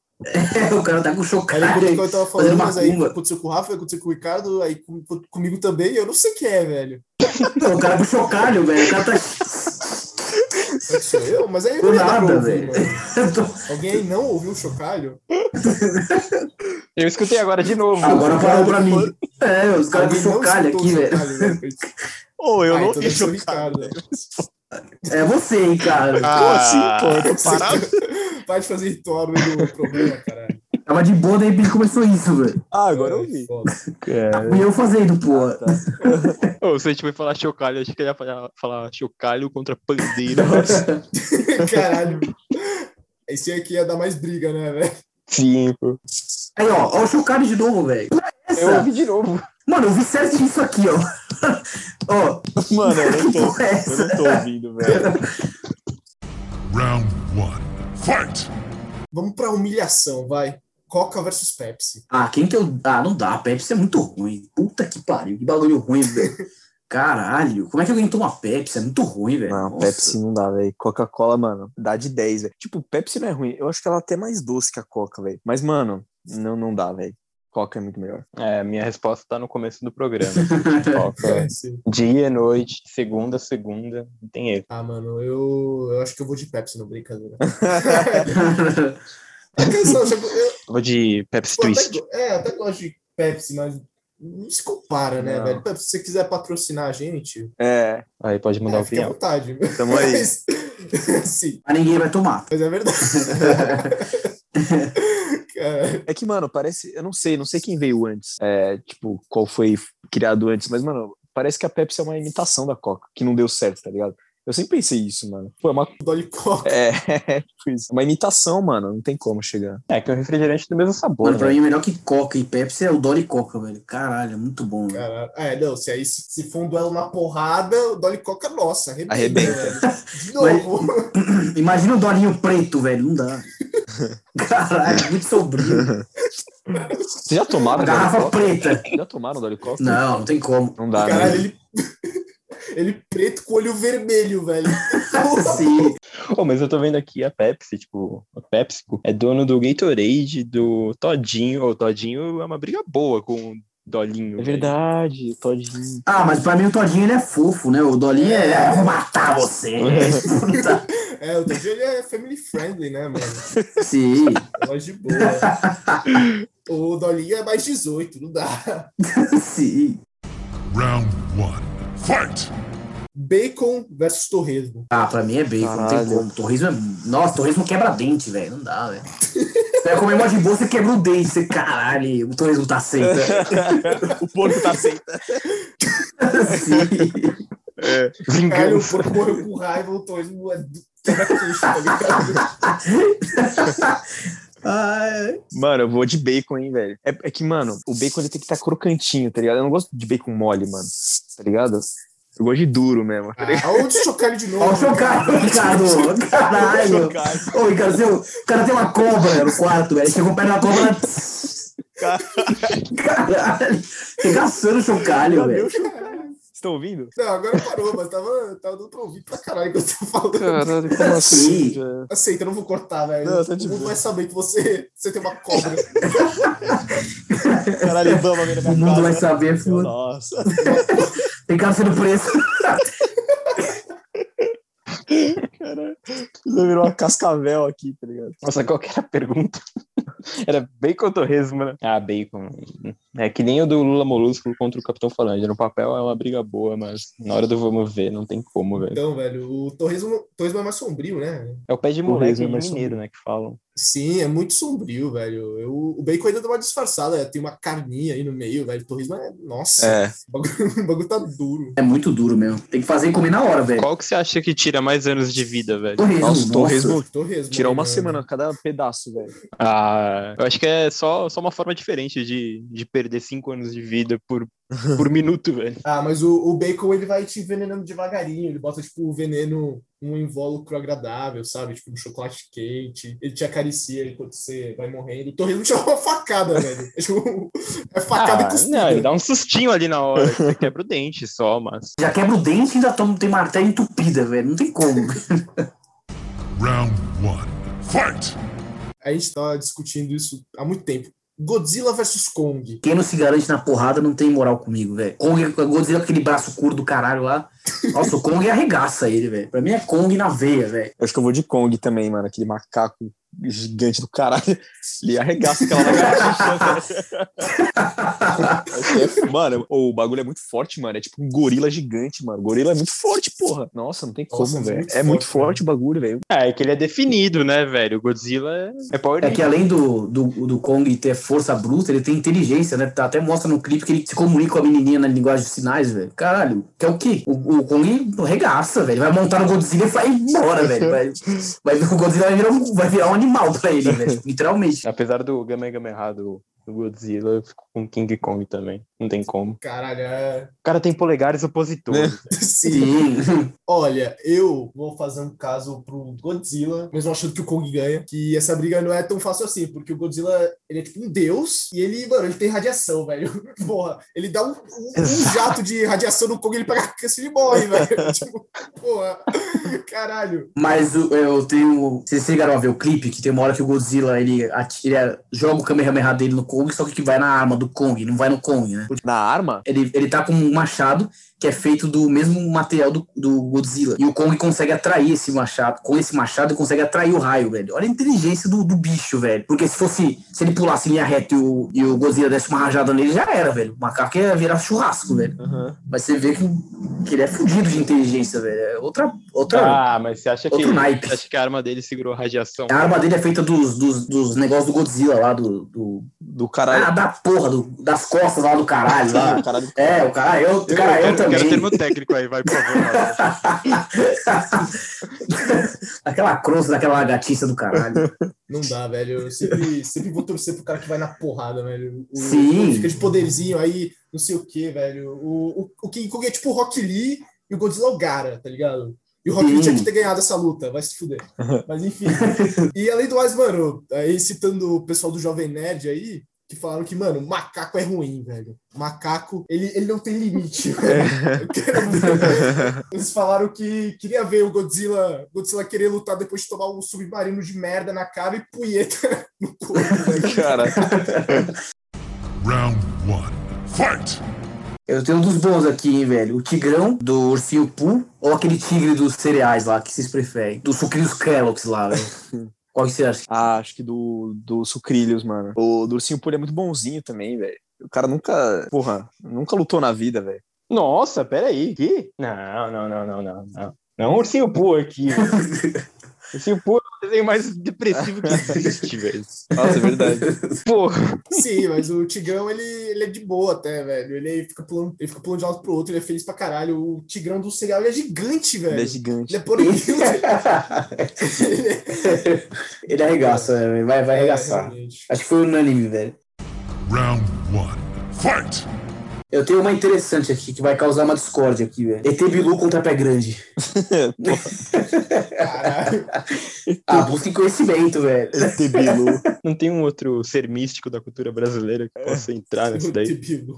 Speaker 2: o cara tá com
Speaker 1: Era
Speaker 2: chocalho.
Speaker 1: enquanto
Speaker 2: aí.
Speaker 1: eu tava falando,
Speaker 2: uma
Speaker 1: mas aí
Speaker 2: curva.
Speaker 1: aconteceu com o Rafa, aconteceu com o Ricardo, aí com- com- comigo também, eu não sei quem é, velho.
Speaker 2: Não, o cara é com chocalho, velho. O cara tá.
Speaker 1: Será que sou eu? Mas aí eu
Speaker 2: Do
Speaker 1: não ia dar pra
Speaker 2: nada,
Speaker 1: ouvir,
Speaker 2: velho.
Speaker 1: mano.
Speaker 2: Eu tô-
Speaker 1: Alguém aí não ouviu o chocalho?
Speaker 4: Eu escutei agora de novo.
Speaker 2: Agora parou pra mim. É, os caras com
Speaker 1: Alguém não
Speaker 2: chocalho
Speaker 1: escutou
Speaker 2: aqui,
Speaker 1: o
Speaker 2: velho.
Speaker 1: chocalho, né?
Speaker 3: Ô,
Speaker 1: Ah, então deve ser o Ricardo.
Speaker 2: É você, hein, cara.
Speaker 4: Ah,
Speaker 3: Como assim, pô? Eu tô parado.
Speaker 1: Para de fazer ritual no meio do problema, caralho.
Speaker 2: Tava de boa, de repente começou isso, velho.
Speaker 3: Ah, agora eu
Speaker 1: É,
Speaker 3: vi.
Speaker 1: foda.
Speaker 2: Fui eu fazendo, porra.
Speaker 4: Ô, se a gente foi falar chocalho, eu achei que ele ia falar, falar chocalho contra pandeiro.
Speaker 2: tá.
Speaker 1: Caralho. Esse aqui ia dar mais briga, né, velho?
Speaker 4: Sim, pô.
Speaker 2: Aí, ó, ó o chocalho de novo, velho. Que porra é
Speaker 3: Eu
Speaker 2: Essa?
Speaker 3: ouvi de novo.
Speaker 2: Mano, eu vi certinho isso aqui, ó. ó,
Speaker 3: Mano, eu não
Speaker 2: que
Speaker 3: tô,
Speaker 2: porra é
Speaker 3: eu
Speaker 2: essa?
Speaker 3: não tô ouvindo, velho.
Speaker 5: Round one. Fight!
Speaker 1: Vamos pra humilhação, vai. Coca versus Pepsi.
Speaker 2: Ah, quem que eu. Ah, não dá. A Pepsi é muito ruim. Puta que pariu. Que bagulho ruim, velho. Caralho. Como é que alguém toma Pepsi? É muito ruim, velho.
Speaker 3: Não,
Speaker 2: Nossa.
Speaker 3: Pepsi não dá, velho. Coca-Cola, mano, dá de 10, velho. Tipo, Pepsi não é ruim. Eu acho que ela é até mais doce que a Coca, velho. Mas, mano, não, não dá, velho. Coca é muito melhor.
Speaker 4: É, minha resposta tá no começo do programa.
Speaker 1: É, sim.
Speaker 4: Dia, noite, segunda, segunda, não tem erro.
Speaker 1: Ah, mano, eu, eu acho que eu vou de Pepsi, não brincadeira. É cansado, sabe? Eu-
Speaker 4: Vou de Pepsi
Speaker 1: eu até
Speaker 4: Twist.
Speaker 1: go- é, até gosto de Pepsi, mas não se compara, né,
Speaker 3: Não.
Speaker 1: velho? Pepsi, se você quiser patrocinar a gente,
Speaker 3: É,
Speaker 4: Aí pode mudar
Speaker 1: é,
Speaker 4: a
Speaker 1: fica à
Speaker 4: opinião.
Speaker 1: vontade.
Speaker 3: tamo aí.
Speaker 1: sim,
Speaker 2: Mas ninguém vai tomar.
Speaker 1: mas é verdade. Cara.
Speaker 3: É que, mano, parece. Eu não sei, não sei quem veio antes. É, tipo, qual foi criado antes, mas, mano, parece que a Pepsi é uma imitação da Coca, que não deu certo, tá ligado? Eu sempre pensei isso, mano. Pô, é uma.
Speaker 1: Dolly Coca.
Speaker 3: É, tipo isso. É uma imitação, mano. Não tem como chegar.
Speaker 4: É que o refrigerante tem o mesmo sabor.
Speaker 2: Mano, pra
Speaker 4: né?
Speaker 2: mim, o melhor que Coca e Pepsi é o Dory Coca, velho. Caralho, é muito bom, velho.
Speaker 1: Caralho. É, não, se, aí, se- se for um duelo na porrada, o Dolly Coca, nossa, arrebenta.
Speaker 3: Arrebenta.
Speaker 1: velho. De novo.
Speaker 2: Imagina o Dorinho preto, velho. Não dá. Caralho, muito sombrio.
Speaker 3: Vocês já tomaram
Speaker 2: Uma
Speaker 3: do
Speaker 2: garrafa
Speaker 3: helicóptero?
Speaker 2: preta.
Speaker 3: Já tomaram do helicóptero?
Speaker 2: Não, não tem como.
Speaker 3: Não dá,
Speaker 1: Caralho,
Speaker 3: né?
Speaker 1: ele... ele preto com olho vermelho, velho.
Speaker 2: Sim.
Speaker 4: Oh, mas eu tô vendo aqui a Pepsi, tipo, a PepsiCo é dono do Gatorade, do Todinho. O Todinho é uma briga boa com o Dolinho.
Speaker 3: É
Speaker 4: velho.
Speaker 3: verdade, todinho.
Speaker 2: Ah, mas pra mim o Todinho ele é fofo, né? O Dolinho é. "Ah, eu Vou matar você. Puta.
Speaker 1: É, o Tadinho ele é family friendly, né, mano?
Speaker 2: Sim.
Speaker 1: Nós de boa. O Dolinho é mais 18, não dá.
Speaker 2: Sim.
Speaker 5: Round one. Fight!
Speaker 1: Bacon versus torresmo.
Speaker 2: Ah, pra mim é bacon, não
Speaker 3: Caralho.
Speaker 2: tem como. Torresmo é. Nossa, torresmo quebra dente, velho. Não dá, velho. Você vai comer mó de boa, você quebra o dente. Você, caralho, o torresmo tá aceita.
Speaker 3: o porco tá aceita.
Speaker 2: Sim.
Speaker 1: Caralho, o
Speaker 4: Vingança.
Speaker 1: porco morreu com raiva, o torresmo é do- quebra queixo, tá ligado?
Speaker 2: Ai.
Speaker 3: Mano, eu vou de bacon, hein, velho. É, é que, mano, o bacon ele tem que estar crocantinho, tá ligado? Eu não gosto de bacon mole, mano. Tá ligado? Eu gosto de duro mesmo. Tá ligado?
Speaker 1: Aonde chocar ele de novo?
Speaker 2: Ó, o chocado, Ricardo. Caralho. Ô, Ricardo, seu, o cara tem uma cobra no quarto, velho. Chegou perto da cobra. Caralho. Regaçando o chocalho, velho.
Speaker 3: Vocês estão ouvindo?
Speaker 1: Não, agora parou, mas tava, tava dando pra ouvir pra caralho o que eu tô falando.
Speaker 3: Caralho, como
Speaker 2: assim,
Speaker 1: Aceita, eu não vou cortar, velho.
Speaker 3: Não, tá de
Speaker 1: O mundo
Speaker 3: boa.
Speaker 1: vai saber que você, você tem uma cobra.
Speaker 3: Caralho, Ibama vem na minha
Speaker 2: O mundo
Speaker 3: casa.
Speaker 2: vai saber,
Speaker 3: Eu,
Speaker 2: foda.
Speaker 3: Nossa.
Speaker 2: Ricardo sendo preso.
Speaker 3: Caralho. Você virou uma cascavel aqui, tá ligado?
Speaker 4: Nossa, qual que era a pergunta? Era bacon ou torresmo, né? Ah, bacon. É que nem o do Lula Molusco contra o Capitão Falange. No papel é uma briga boa, mas na hora do vamos ver não tem como, velho.
Speaker 1: Então, velho, o torresmo, torresmo é mais sombrio, né?
Speaker 4: É o pé de moleque
Speaker 3: Torresmo é
Speaker 4: mineiro,
Speaker 3: mais
Speaker 4: né, que falam.
Speaker 1: Sim, é muito sombrio, velho. Eu, o bacon ainda dá uma disfarçada, né? tem uma carninha aí no meio, velho. O torresmo é. Nossa, o, bagulho, o bagulho tá duro.
Speaker 2: É muito duro mesmo. Tem que fazer e comer na hora, velho.
Speaker 4: Qual que você acha que tira mais anos de vida, velho?
Speaker 2: Torresmo.
Speaker 3: Nossa, o torresmo
Speaker 1: Torresmo.
Speaker 3: tirou uma
Speaker 1: né?
Speaker 3: semana cada pedaço, velho.
Speaker 4: Ah, eu acho que é só, só uma forma diferente de, de perder cinco anos de vida por, por minuto, velho.
Speaker 1: Ah, mas o, o bacon ele vai te envenenando devagarinho. Ele bota, tipo, o veneno num invólucro agradável, sabe? Tipo, um chocolate quente. Ele te acaricia enquanto você vai morrendo. O torresmo te dá uma facada, velho. É, tipo, é facada e
Speaker 4: Ah,
Speaker 1: cuspida.
Speaker 4: não, ele dá um sustinho ali na hora. que Você quebra o dente só, mas.
Speaker 2: Já quebra o dente e ainda toma, tem martela entupida, velho. Não tem como.
Speaker 5: Round one. Fight!
Speaker 1: A gente tá discutindo isso há muito tempo. Godzilla versus Kong.
Speaker 2: Quem não se garante na porrada não tem moral comigo, velho. Kong, Godzilla com aquele braço curto do caralho lá. Nossa, o Kong arregaça ele, velho. Pra mim é Kong na veia, velho.
Speaker 3: Eu acho que eu vou de Kong também, mano. Aquele macaco gigante do caralho. Ele arregaça aquela lagartixa. Acho que é- mano, o bagulho é muito forte, mano. É tipo um gorila gigante, mano. Gorila é muito forte, porra. Nossa, não tem como,
Speaker 1: Nossa, é
Speaker 3: velho.
Speaker 1: muito
Speaker 3: É muito
Speaker 1: forte,
Speaker 3: forte o bagulho, velho.
Speaker 4: Ah, é que ele é definido, né, velho? O Godzilla é, é Power
Speaker 2: É que além do, do, do Kong ter força bruta, ele tem inteligência, né? Tá- Até mostra no clipe que ele se comunica com a menininha na linguagem de sinais, velho. Caralho, que é o quê? O, o Kong regaça, velho. Vai montar no Godzilla e vai embora, velho. Vai, vai, o Godzilla vai virar, um- vai virar um animal pra ele, velho. Literalmente.
Speaker 4: Apesar do Gamer Gamer errado do Godzilla, eu fico com King Kong também. Não tem como.
Speaker 1: Caralho, é...
Speaker 4: O cara tem polegares opositores.
Speaker 1: Sim.
Speaker 2: Sim.
Speaker 1: Olha, eu vou fazer um caso pro Godzilla, mesmo achando que o Kong ganha, que essa briga não é tão fácil assim, porque o Godzilla, ele é tipo um deus, e ele, mano, ele tem radiação, velho. Porra, ele dá um, um- um jato de radiação no Kong, ele pega câncer e morre, velho. Tipo, porra, caralho.
Speaker 2: Mas o- eu tenho. Vocês chegaram a ver o clipe que tem uma hora que o Godzilla ele atira, joga o Kamehameha dele no Kong, só que que vai na arma do Kong, não vai no Kong, né?
Speaker 3: Na arma?
Speaker 2: Ele, ele tá com um machado que é feito do mesmo material do, do Godzilla. E o Kong consegue atrair esse machado. Com esse machado, ele consegue atrair o raio, velho. Olha a inteligência do, do bicho, velho. Porque se fosse. Se ele pulasse em linha reta e o, e o Godzilla desse uma rajada nele, já era, velho. O macaco ia virar churrasco, velho. Mas você vê que, que ele é fudido de inteligência, velho. É outra. outra
Speaker 4: ah, mas você acha que,
Speaker 2: Outro naipe.
Speaker 4: você acha que a arma dele segurou a radiação?
Speaker 2: A arma dele é feita dos, dos, dos negócios do Godzilla lá, do. do
Speaker 3: Do
Speaker 2: ah,
Speaker 3: caralho.
Speaker 2: da porra, do- das costas lá do caralho lá.
Speaker 3: Do caralho.
Speaker 2: É, o cara, eu,
Speaker 4: Eu,
Speaker 2: cara, eu,
Speaker 4: quero,
Speaker 2: também.
Speaker 4: quero termo técnico aí, vai, por favor. Rafa.
Speaker 2: Aquela crosta daquela lagartixa do caralho.
Speaker 1: Não dá, velho. Eu sempre, sempre vou torcer pro cara que vai na porrada, velho. O,
Speaker 2: Sim.
Speaker 1: o Fica de poderzinho aí, não sei o que, velho. O, o, o King Kong é tipo o Rock Lee e o Godzilla é o Gara, tá ligado? E o Rock Lee
Speaker 2: Sim.
Speaker 1: tinha que ter ganhado essa luta, vai se fuder. Mas enfim. e além do mais, mano, aí citando o pessoal do Jovem Nerd aí, que falaram que, mano, macaco é ruim, velho. Macaco, ele, ele não tem limite. velho. Eu quero ver. Eles falaram que queria ver o Godzilla, Godzilla querer lutar depois de tomar um submarino de merda na cara e punheta no corpo, velho.
Speaker 3: Cara,
Speaker 5: Round one. Fight!
Speaker 2: Eu tenho um dos bons aqui, hein, velho. O tigrão do ursinho Poo ou aquele tigre dos cereais lá, que vocês preferem? Do sucrilhos Kellogg's lá, velho. Qual que você acha?
Speaker 3: ah, acho que do, do Sucrilhos, mano. O do Ursinho Pulha é muito bonzinho também, velho. O cara nunca, porra, nunca lutou na vida, velho.
Speaker 4: Nossa, peraí. Que? Não, não, não, não, não, não. Não, ursinho Poo aqui. ursinho Poo é o desenho mais depressivo que existe, velho.
Speaker 3: Nossa, é verdade.
Speaker 4: Porra.
Speaker 1: Sim, mas o Tigrão, ele, ele é de boa até, velho. Ele fica, pulando, ele fica pulando de um lado pro outro, ele é feliz pra caralho. O Tigrão do cereal, ele é gigante, velho.
Speaker 3: Ele é
Speaker 1: Ele
Speaker 3: gigante.
Speaker 1: é poderoso.
Speaker 2: Ele arregaça, né, velho. Vai, vai arregaçar.
Speaker 1: realmente.
Speaker 2: Acho que foi unânime, velho.
Speaker 5: Round one. Fight!
Speaker 2: Eu tenho uma interessante aqui que vai causar uma discórdia aqui, velho. ET Bilu contra Pé Grande.
Speaker 1: Caralho.
Speaker 2: Ah, busquem conhecimento, velho.
Speaker 3: Esse Bilu.
Speaker 4: Não tem um outro ser místico da cultura brasileira que possa entrar nisso daí?
Speaker 1: Bilu.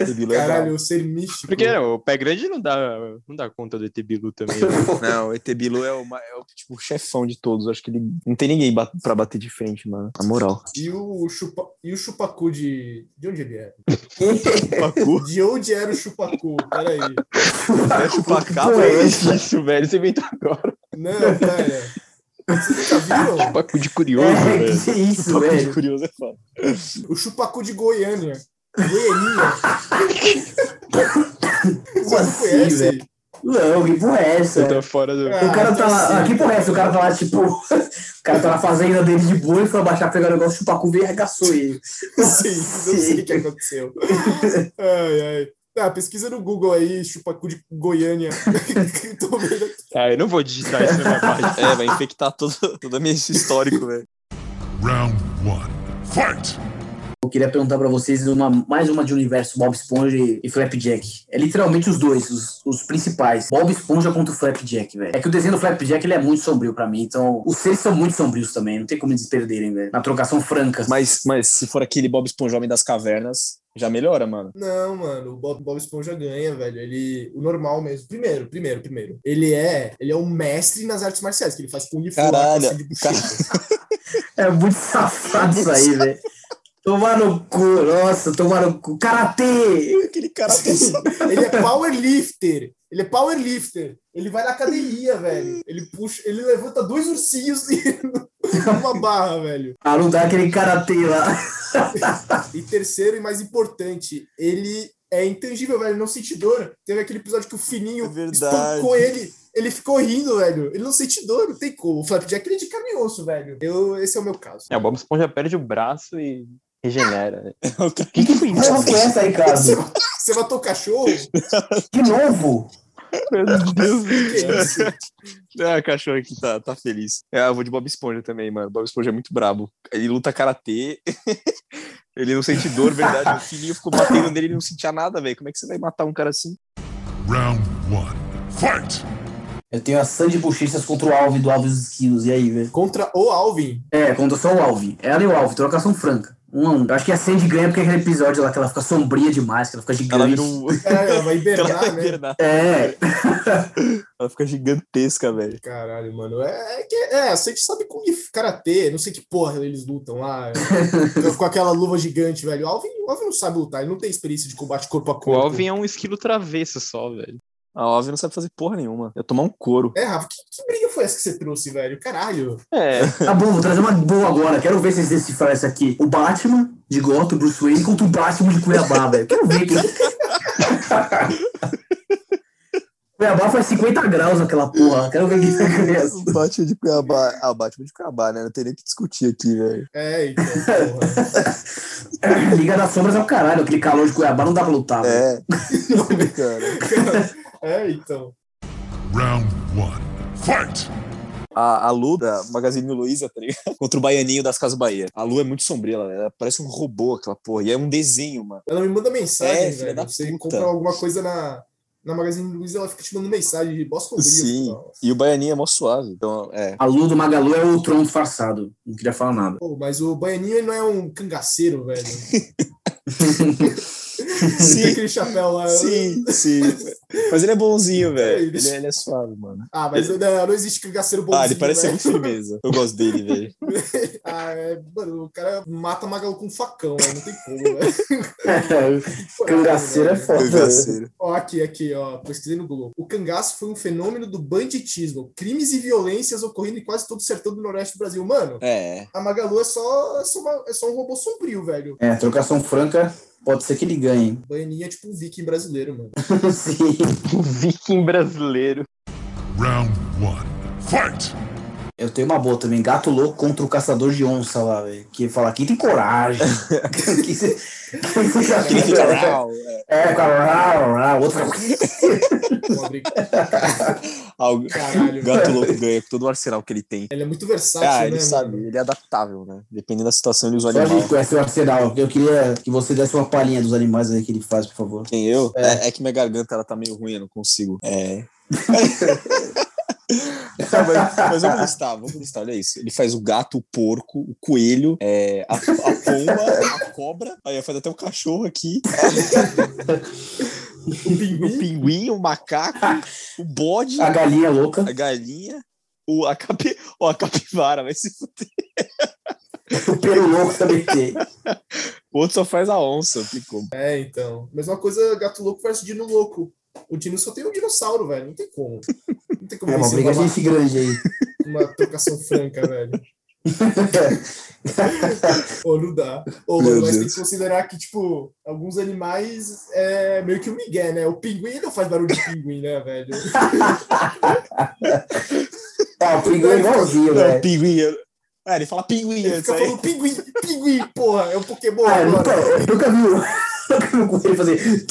Speaker 3: Esse Bilu é brabo.
Speaker 1: Caralho, o ser místico.
Speaker 4: Porque não, o pé grande não dá, não dá conta do ET Bilu também. né?
Speaker 3: Não, o ET Bilu é o, ma- é o tipo, chefão de todos. Acho que ele não tem ninguém ba- pra bater de frente, mano. Na moral.
Speaker 1: E o, chupa, e o Chupacu de. De onde ele era?
Speaker 3: Pacu.
Speaker 1: De onde era o Chupacu? Peraí.
Speaker 3: Pacapo
Speaker 2: é
Speaker 3: é
Speaker 4: Que Isso, velho, você inventou agora.
Speaker 1: Não, pera. Vocês nunca viram?
Speaker 4: Pacu um de curioso,
Speaker 2: É,
Speaker 4: velho.
Speaker 2: que isso,
Speaker 3: Pacu de
Speaker 2: velho.
Speaker 3: curioso é foda.
Speaker 1: O Chupacu de Goiânia. Goianinha.
Speaker 2: Como assim,
Speaker 1: conhece?
Speaker 2: velho? Não, que porra é essa?
Speaker 4: Você tá fora do.
Speaker 1: Ah,
Speaker 2: O cara tá
Speaker 1: assim.
Speaker 2: lá, aqui porra é essa? O cara tá lá, tipo, o cara tá na fazenda dele de boa e foi abaixar, pegar o negócio, chupar cu, veio e arregaçou ele.
Speaker 1: Sim, não sei o que aconteceu. Ai, ai. Ah, pesquisa no Google aí, chupacu de Goiânia. Tô vendo aqui.
Speaker 4: Ah, eu não vou digitar isso na minha página.
Speaker 3: É, vai infectar todo, todo meu histórico, velho.
Speaker 5: Round one. Fight!
Speaker 2: Eu queria perguntar pra vocês uma, mais uma de universo Bob Esponja e, e Flapjack. É literalmente os dois, os, os principais. Bob Esponja contra o Flapjack, velho. É que o desenho do Flapjack ele é muito sombrio pra mim, então os seis são muito sombrios também, não tem como eles perderem, velho. Na trocação franca.
Speaker 3: Mas, mas se for aquele Bob Esponja Homem das Cavernas, já melhora, mano.
Speaker 1: Não, mano, o Bob, Bob Esponja ganha, velho. Ele, o normal mesmo. Primeiro, primeiro, primeiro. Ele é, ele é um mestre nas artes marciais, que ele faz kung fu lá com
Speaker 3: Caralho,
Speaker 1: assim de bochecha.
Speaker 2: É muito safado isso aí, velho. Tomar no cu, nossa, tomar no cu. Karatê!
Speaker 3: Aquele cara
Speaker 1: Ele é powerlifter. Ele é powerlifter. Ele vai na academia, velho. Ele puxa, ele levanta dois ursinhos e uma barra, velho.
Speaker 2: Ah, não dá aquele karatê lá.
Speaker 1: E terceiro e mais importante, ele é intangível, velho, ele não sente dor. Teve aquele episódio que o Fininho
Speaker 3: É verdade.
Speaker 1: espancou ele, ele ficou rindo, velho. Ele não sente dor, não tem como. O Flapjack ele é de carne e osso, velho. Eu, esse é o meu caso.
Speaker 4: É, o Bob Esponja perde o braço e regenera. né?
Speaker 3: cara-
Speaker 4: que que foi isso?
Speaker 2: Porra, que é essa,
Speaker 1: Você,
Speaker 2: Ricardo?
Speaker 1: você matou o cachorro?
Speaker 2: De novo?
Speaker 4: Meu Deus
Speaker 1: Que isso?
Speaker 3: Ah, o cachorro aqui tá, tá feliz. Ah, eu vou de Bob Esponja também, mano. Bob Esponja é muito brabo. Ele luta karatê. ele não sente dor, verdade. O filhinho ficou batendo nele e não sentia nada, velho. Como é que você vai matar um cara assim?
Speaker 5: Round one. Fight!
Speaker 2: Eu tenho a Sandy Bochechas contra o Alvin do Alves Esquilos. E aí, velho?
Speaker 1: Contra o Alvin.
Speaker 2: É, contra só o Alvin. Ela e o Alvin, trocação franca. Um a um. Eu acho que a Sandy ganha porque é aquele episódio lá que ela fica sombria demais, que ela fica gigante.
Speaker 3: Ela vira um.
Speaker 1: Caralho, ela É, vai
Speaker 3: Ela, vai
Speaker 1: hibernar, né?
Speaker 3: hibernar.
Speaker 2: É,
Speaker 3: Ela fica gigantesca, velho.
Speaker 1: Caralho, mano. É, é que é, a gente sabe com karatê, não sei que porra eles lutam lá. com aquela luva gigante, velho. O Alvin, o Alvin não sabe lutar, ele não tem experiência de combate corpo a corpo.
Speaker 4: O Alvin é um esquilo travesso só, velho.
Speaker 3: A Ove não sabe fazer porra nenhuma. Eu tomar um couro.
Speaker 1: É, Rafa, que, que briga foi essa que você trouxe, velho? Caralho.
Speaker 4: É,
Speaker 2: tá bom, vou trazer uma boa agora. Quero ver se vocês decifram essa aqui. O Batman de Gotham, Bruce Wayne, contra o Batman de Cuiabá, velho. Quero ver. quem- Cuiabá faz 50 graus aquela porra. Quero ver quem ganha essa.
Speaker 3: O Batman de Cuiabá. Ah, o Batman de Cuiabá, né? Não tem nem o que discutir aqui, velho.
Speaker 1: É, então, porra.
Speaker 2: Liga das Sombras é o caralho. Aquele calor de Cuiabá não dá pra lutar, velho.
Speaker 3: É. cara.
Speaker 1: É, então.
Speaker 5: Round one. Fight!
Speaker 3: A, a Lu da Magazine Luiza, tá ligado? Contra o baianinho das Casas Bahia. A Lu é muito sombria, ela, ela parece um robô, aquela porra. E é um desenho, mano.
Speaker 1: Ela me manda mensagem,
Speaker 3: É, filha
Speaker 1: velho.
Speaker 3: da
Speaker 1: Você
Speaker 3: puta.
Speaker 1: compra alguma coisa na, na Magazine Luiza ela fica te mandando mensagem de Boston Breeze.
Speaker 3: Sim.
Speaker 1: tal.
Speaker 3: E o Baianinho é mó suave. Então, é.
Speaker 2: A Lu do Magalu é o Tron disfarçado. Não queria falar nada.
Speaker 1: Pô, mas o Baianinho ele não é um cangaceiro, velho. Ele tem
Speaker 3: Sim,
Speaker 1: aquele chapéu lá.
Speaker 3: sim, sim. Mas ele é bonzinho, velho.
Speaker 1: ele-
Speaker 3: Ele, ele é suave, mano.
Speaker 1: Ah, mas não, não existe cangaceiro bonzinho, né?
Speaker 3: Ah, ele parece ser
Speaker 1: velho.
Speaker 3: muito firmeza. Eu gosto dele, velho.
Speaker 1: Ah, é, mano, o cara mata Magalu com facão, velho. Não tem como, velho.
Speaker 2: Cangaceiro é foda.
Speaker 3: Cangaceiro.
Speaker 1: Ó, aqui, aqui, ó. Pesquisei no Google. O cangaço foi um fenômeno do banditismo. Crimes e violências ocorrendo em quase todo o sertão do Noroeste do Brasil. Mano,
Speaker 3: É.
Speaker 1: a Magalu é só, é só, uma- é só um robô sombrio, velho.
Speaker 2: É, trocação franca, pode ser que ele ganhe.
Speaker 1: Baianinho é tipo um viking brasileiro, mano.
Speaker 2: Sim.
Speaker 4: Um viking brasileiro.
Speaker 5: Round one. Fight!
Speaker 2: Eu tenho uma boa também, gato louco contra o caçador de onça lá, velho. Que fala, quem tem coragem? Quem se- quem se-
Speaker 3: Aquele que fica rau, é.
Speaker 2: É, cara, outro.
Speaker 1: Pobre.
Speaker 3: Ah, o
Speaker 1: Caralho.
Speaker 3: Gato Louco ganha com todo o arsenal que ele tem.
Speaker 1: Ele é muito versátil,
Speaker 3: Ah,
Speaker 1: né?
Speaker 3: ele sabe, ele é adaptável, né? Dependendo da situação, ele usa o
Speaker 2: Só a
Speaker 3: animal.
Speaker 2: gente conhece o arsenal. Eu queria que você desse uma palhinha dos animais aí que ele faz, por favor.
Speaker 3: Quem eu?
Speaker 2: É.
Speaker 3: É. é que minha garganta ela tá meio ruim, eu não consigo. É. Tá, mas, mas vamos listar, vamos listar, olha isso. Ele faz o gato, o porco, o coelho, é, a, a pomba, a cobra, aí faz até o cachorro aqui,
Speaker 1: O pinguim.
Speaker 3: o pinguim, o macaco, o bode,
Speaker 2: A galinha louca.
Speaker 3: a galinha, o, a, capi, ó, a capivara, vai se fuder.
Speaker 2: O pelo louco também tem.
Speaker 3: O outro só faz a onça, não tem como.
Speaker 1: É, então. Mesma coisa, gato louco versus dino louco. O dino só tem um dinossauro, velho. Não tem como. Não tem como
Speaker 2: É uma
Speaker 1: vencer
Speaker 2: briga de gente grande aí.
Speaker 1: uma, uma trocação franca, velho. Ou não dá. Ou
Speaker 3: Meu
Speaker 1: mas tem
Speaker 3: Deus.
Speaker 1: que considerar que, tipo, alguns animais é meio que um migué, né? O pinguim não faz barulho de pinguim, né, velho?
Speaker 2: Tá, o pinguim é igualzinho,
Speaker 3: Não, tipo,
Speaker 2: velho.
Speaker 3: pinguim. eu- Ah, ele fala pinguim
Speaker 1: Ele
Speaker 3: antes
Speaker 1: fica
Speaker 3: aí.
Speaker 1: falando pinguim, pinguim, porra, é um Pokémon
Speaker 2: Ah, eu nunca,
Speaker 3: tá.
Speaker 1: agora.
Speaker 2: eu nunca vi o- nunca vi o coelho fazer.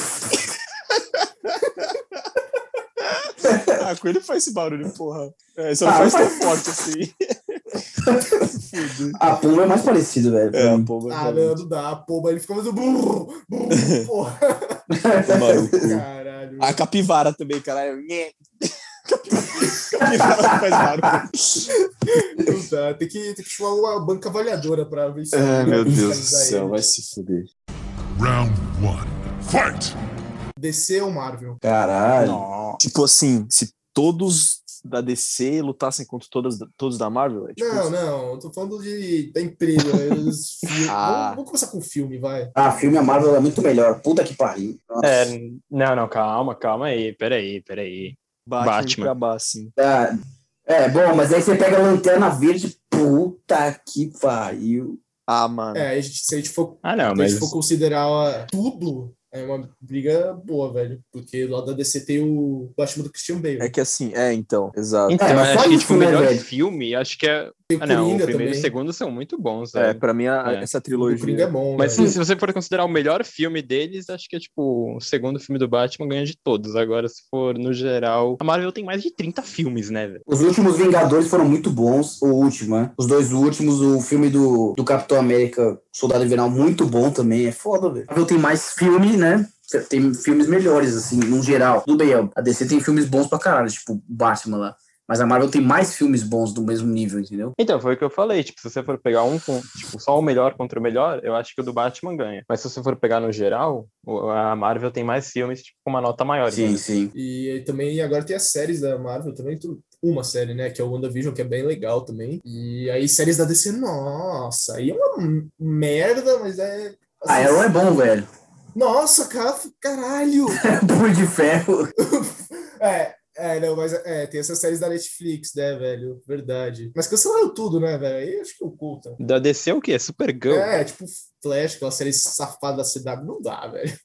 Speaker 3: Ah, coelho faz esse barulho, porra. É, só
Speaker 2: Ah,
Speaker 3: não faz tão
Speaker 2: mas-
Speaker 3: forte assim.
Speaker 2: A pomba é mais parecido, velho. pra
Speaker 3: É, a
Speaker 2: mim.
Speaker 3: pomba.
Speaker 1: Ah, não, não dá, pomba, ele fica fazendo burro, burro, porra,
Speaker 3: Maluco.
Speaker 1: caralho.
Speaker 3: A capivara também, caralho. Nhé. capivara não faz barulho.
Speaker 1: Não dá, tem que, tem que chamar uma banca avaliadora pra ver
Speaker 3: É,
Speaker 1: se...
Speaker 3: vai se fuder.
Speaker 5: Round one. Fight!
Speaker 1: Descer ou Marvel?
Speaker 2: Caralho.
Speaker 3: Tipo assim, se todos da DC lutassem contra todas, todos da Marvel, é tipo,
Speaker 1: Não, não, eu tô falando de, da empresa, né? eles- fi-
Speaker 3: Ah.
Speaker 1: vamos, vamos começar com o filme, vai.
Speaker 2: Ah, filme a Marvel é muito melhor. Puta que pariu.
Speaker 4: É, não, não, calma, calma aí, peraí, peraí.
Speaker 3: Batman,
Speaker 4: Batman.
Speaker 3: pra baixo, assim.
Speaker 2: Ah, é, bom, mas aí você pega a lanterna verde. Puta que pariu.
Speaker 3: Ah, mano.
Speaker 1: É, a gente, se a gente for
Speaker 4: Ah, não,
Speaker 1: Se a
Speaker 4: mas.
Speaker 1: gente
Speaker 2: tipo,
Speaker 1: for considerar ó, tudo, é uma briga boa, velho. Porque lá da DC tem o Batman do Christian Bale.
Speaker 3: É que assim, é, então, exato.
Speaker 4: Então,
Speaker 2: É, mas
Speaker 4: eu
Speaker 2: só
Speaker 4: acho que
Speaker 2: isso,
Speaker 4: tipo, o
Speaker 2: né,
Speaker 4: melhor
Speaker 2: velho?
Speaker 4: filme, acho que é.
Speaker 1: Tem o
Speaker 4: Ah, não, o
Speaker 1: Coringa
Speaker 4: primeiro e
Speaker 1: também.
Speaker 4: o segundo são muito bons,
Speaker 3: É,
Speaker 4: velho.
Speaker 3: pra mim, a-
Speaker 4: É.
Speaker 3: essa
Speaker 1: O Coringa é
Speaker 3: trilogia.
Speaker 1: bom,
Speaker 4: Mas assim,
Speaker 1: velho.
Speaker 4: se, se você for considerar o melhor filme deles, acho que é tipo o segundo filme do Batman ganha de todos. Agora, se for no geral. A Marvel tem mais de 30 filmes, né, velho?
Speaker 2: Os últimos Vingadores foram muito bons. O último, né? Os dois últimos, o filme do, do Capitão América, Soldado Invernal, muito bom também. É foda, velho. A Marvel tem mais filme, né? Cê Tem filmes melhores, assim, no geral. Tudo bem, a DC tem filmes bons pra caralho, tipo Batman lá. Mas a Marvel tem mais filmes bons do mesmo nível, entendeu?
Speaker 4: Então, foi o que eu falei. Tipo, se você for pegar um, com- tipo, só o melhor contra o melhor, eu acho que o do Batman ganha. Mas se você for pegar no geral, o- a Marvel tem mais filmes tipo, com uma nota maior.
Speaker 2: Sim, sim.
Speaker 1: E aí também agora tem as séries da Marvel também. tu- Uma série, né? Que é o WandaVision, que é bem legal também. E aí séries da DC, nossa, aí é uma m- merda, mas é.
Speaker 2: A
Speaker 1: assim,
Speaker 2: Arrow é bom, velho.
Speaker 1: Nossa, cara, caralho!
Speaker 2: Punho de ferro.
Speaker 1: É, é, não, mas é, tem essas séries da Netflix, né, velho? Verdade. Mas cancelaram tudo, né, velho? Aí acho que né? oculta.
Speaker 4: Da DC é o quê? Supergirl?
Speaker 1: É, tipo Flash, aquela série safada da CW, não dá, velho.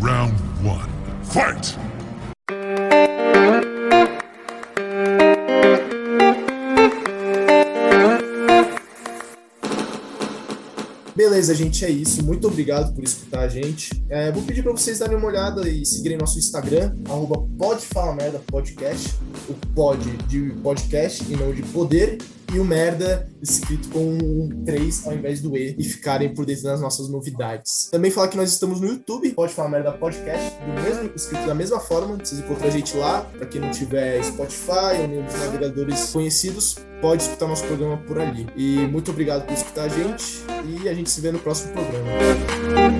Speaker 5: Round one. Fight!
Speaker 1: Beleza, gente, é isso. Muito obrigado por escutar a gente. É, vou pedir pra vocês darem uma olhada e seguirem nosso Instagram, arroba pode falar merda podcast, o pod de podcast e não de poder. e o merda escrito com um 3 ao invés do E e ficarem por dentro das nossas novidades. Também falar que nós estamos no YouTube, pode falar merda podcast, do mesmo, escrito da mesma forma, vocês encontram a gente lá, pra quem não tiver Spotify ou nenhum dos navegadores conhecidos, pode escutar nosso programa por ali. E muito obrigado por escutar a gente e a gente se vê no próximo programa.